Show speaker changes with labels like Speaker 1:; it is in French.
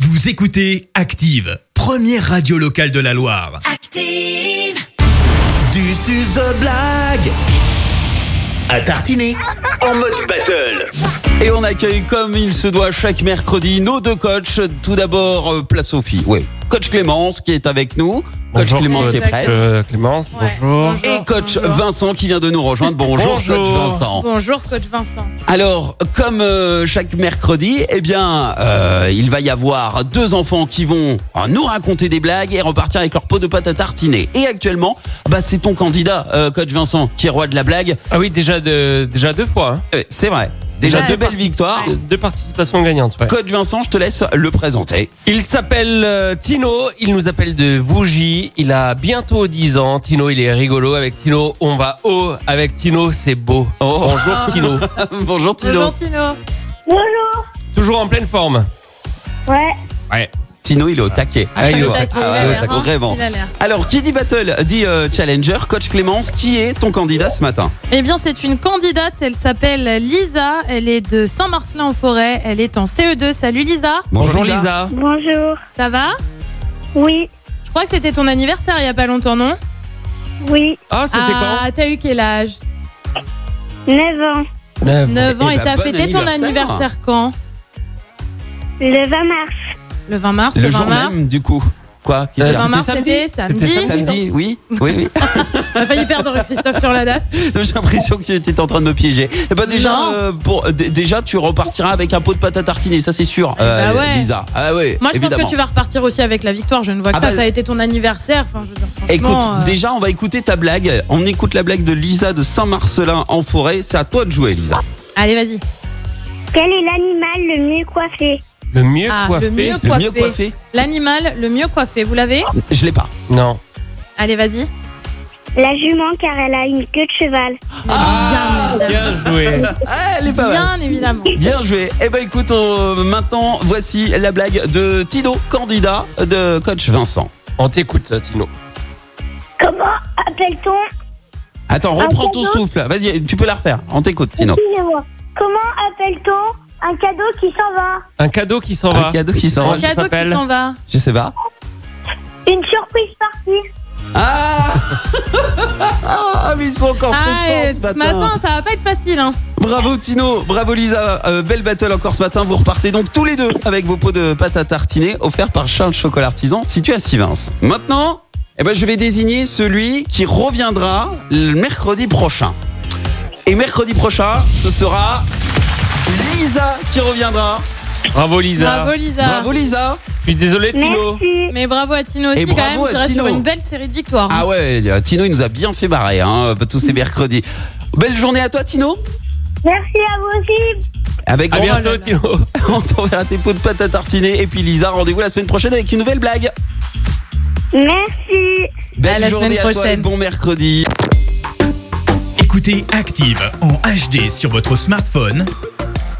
Speaker 1: Vous écoutez Active, première radio locale de la Loire.
Speaker 2: Active.
Speaker 3: Du suze blague à tartiner en mode battle.
Speaker 4: Et on accueille comme il se doit chaque mercredi nos deux coachs. Tout d'abord, euh, place Sophie. Oui. Coach Clémence qui est avec nous. Coach Clémence qui est
Speaker 5: Exact.
Speaker 4: prête.
Speaker 5: Euh, Clémence,
Speaker 6: Ouais.
Speaker 5: bonjour.
Speaker 4: Et coach
Speaker 6: Bonjour.
Speaker 4: Vincent qui vient de nous rejoindre. Bonjour, coach
Speaker 5: Bonjour.
Speaker 4: Vincent.
Speaker 6: Bonjour, coach Vincent.
Speaker 4: Alors, comme euh, chaque mercredi, eh bien, euh, il va y avoir deux enfants qui vont euh, nous raconter des blagues et repartir avec leur pot de pâte à tartiner. Et actuellement, bah, c'est ton candidat, euh, coach Vincent, qui est roi de la blague.
Speaker 5: Ah oui, déjà, de- déjà deux fois. hein.
Speaker 4: Euh, c'est vrai. Déjà
Speaker 6: Ouais,
Speaker 4: deux belles
Speaker 6: parti-
Speaker 4: victoires.
Speaker 6: ouais.
Speaker 5: Deux participations gagnantes. ouais.
Speaker 4: Coach Vincent, je te laisse le présenter.
Speaker 5: Il s'appelle euh, Tino, il nous appelle de Vougy, il a bientôt 10 ans. Tino, il est rigolo. Avec Tino, on va haut. Avec Tino, c'est beau.
Speaker 4: Oh,
Speaker 5: Bonjour Tino.
Speaker 4: bonjour Tino.
Speaker 6: Bonjour Tino.
Speaker 5: Toujours en pleine forme.
Speaker 7: Ouais,
Speaker 4: Tino, il est au taquet.
Speaker 5: Ah, il est au
Speaker 4: Ah,
Speaker 5: taquet,
Speaker 6: il
Speaker 4: ouais,
Speaker 6: a l'air, hein,
Speaker 4: Vraiment.
Speaker 6: Il a l'air.
Speaker 4: Alors, qui dit battle dit euh, challenger. Coach Clémence, qui est ton candidat ce matin
Speaker 6: Eh bien, c'est une candidate. Elle s'appelle Lisa. Elle est de Saint-Marcelin-en-Forêt. Elle est en CE2. Salut Lisa.
Speaker 5: Lisa.
Speaker 7: bonjour.
Speaker 6: Ça va
Speaker 7: Oui,
Speaker 6: Je crois que c'était ton anniversaire il y a pas longtemps, non
Speaker 7: oui,
Speaker 5: Ah, c'était
Speaker 6: Ah, t'as eu quel âge
Speaker 7: 9 ans.
Speaker 5: quand 9.
Speaker 6: 9 ans.
Speaker 4: Eh
Speaker 6: et
Speaker 4: ben,
Speaker 6: t'as
Speaker 4: bon
Speaker 6: fêté ton
Speaker 4: anniversaire.
Speaker 6: anniversaire quand
Speaker 7: Le 20 mars.
Speaker 6: Le 20 mars.
Speaker 4: Le
Speaker 6: 20
Speaker 4: jour
Speaker 6: mars.
Speaker 4: même, du coup. Quoi Qu'est-ce
Speaker 6: Le
Speaker 4: qu'il y a
Speaker 6: 20 mars,
Speaker 5: samedi
Speaker 6: c'était
Speaker 5: C'était
Speaker 6: samedi.
Speaker 4: Samedi, oui, oui, oui.
Speaker 6: On a failli perdre Christophe sur la date.
Speaker 4: J'ai l'impression que tu étais en train de me piéger. Eh ben déjà,
Speaker 6: Non.
Speaker 4: euh, pour, d- déjà, tu repartiras avec un pot de pâte à tartiner, ça c'est sûr,
Speaker 6: Eh ben ouais.
Speaker 4: Lisa. Ah ouais,
Speaker 6: Moi, je
Speaker 4: évidemment.
Speaker 6: pense que tu vas repartir aussi avec la victoire. Je ne vois que
Speaker 4: Ah
Speaker 6: ça.
Speaker 4: bah-
Speaker 6: ça a été ton anniversaire. Enfin, je veux dire, franchement,
Speaker 4: Écoute,
Speaker 6: euh,
Speaker 4: déjà, on va écouter ta blague. On écoute la blague de Lisa de Saint-Marcelin en forêt. C'est à toi de jouer, Lisa.
Speaker 6: Allez, vas-y.
Speaker 7: Quel est l'animal le mieux coiffé
Speaker 5: Le mieux
Speaker 6: Ah,
Speaker 5: coiffé.
Speaker 6: le mieux
Speaker 4: Le
Speaker 6: coiffé.
Speaker 4: mieux coiffé
Speaker 6: L'animal le mieux coiffé, vous l'avez
Speaker 4: Je l'ai pas.
Speaker 5: Non.
Speaker 6: Allez, vas-y.
Speaker 7: La jument car elle a une queue de cheval.
Speaker 6: Ah, bien évidemment.
Speaker 5: Bien joué.
Speaker 4: Ah, elle est pas mal.
Speaker 6: Bien évidemment.
Speaker 4: Bien joué. Eh ben écoute, on- maintenant voici la blague de Tino, candidat de coach Vincent.
Speaker 5: On t'écoute, Tino.
Speaker 7: Comment appelle-t-on
Speaker 4: Attends,
Speaker 6: Ah,
Speaker 4: reprends ton
Speaker 7: cadeau
Speaker 4: souffle. Vas-y, tu peux la refaire. On t'écoute, Tino.
Speaker 7: Excusez-moi. Comment appelle-t-on un cadeau qui s'en va
Speaker 5: Un cadeau qui s'en
Speaker 4: Un
Speaker 5: va.
Speaker 4: cadeau qui s'en va.
Speaker 5: Ça
Speaker 6: Cadeau qui
Speaker 5: s'appelle
Speaker 6: s'en va.
Speaker 4: Je sais pas.
Speaker 7: Une surprise partie.
Speaker 4: Ah Ah, mais ils sont encore
Speaker 6: Ah,
Speaker 4: très forts
Speaker 6: euh,
Speaker 4: ce
Speaker 6: ce
Speaker 4: matin.
Speaker 6: matin, ça va pas être facile. Hein.
Speaker 4: Bravo Tino, bravo Lisa. Euh, belle battle encore ce matin. Vous repartez donc tous les deux avec vos pots de pâte à tartiner offerts par Charles Chocolat Artisan situé à Sivins. Maintenant, eh ben, je vais désigner celui qui reviendra le mercredi prochain. Et mercredi prochain, ce sera Lisa qui reviendra.
Speaker 5: Bravo Lisa.
Speaker 6: Bravo, Lisa.
Speaker 4: Bravo Lisa.
Speaker 5: Je suis désolé, Tino.
Speaker 7: Merci.
Speaker 6: Mais bravo à Tino aussi,
Speaker 4: Et
Speaker 6: quand
Speaker 4: bravo
Speaker 6: même,
Speaker 4: à
Speaker 6: qui reste
Speaker 4: Tino.
Speaker 6: sur une belle série de victoires.
Speaker 4: Ah ouais, euh, Tino, il nous a bien fait barrer hein, tous ces mercredis. Belle journée à toi Tino.
Speaker 7: Merci à vous aussi.
Speaker 4: Avec
Speaker 5: À
Speaker 4: grand-
Speaker 5: bientôt,
Speaker 6: Oh là.
Speaker 5: Tino.
Speaker 4: On t'enverra tes pots de pâte à tartiner. Et puis Lisa, rendez-vous la semaine prochaine avec une nouvelle blague.
Speaker 7: Merci.
Speaker 4: Belle
Speaker 6: la
Speaker 4: journée
Speaker 6: semaine
Speaker 4: à toi et
Speaker 6: prochaine.
Speaker 4: bon mercredi.
Speaker 1: Écoutez Active en HD sur votre smartphone,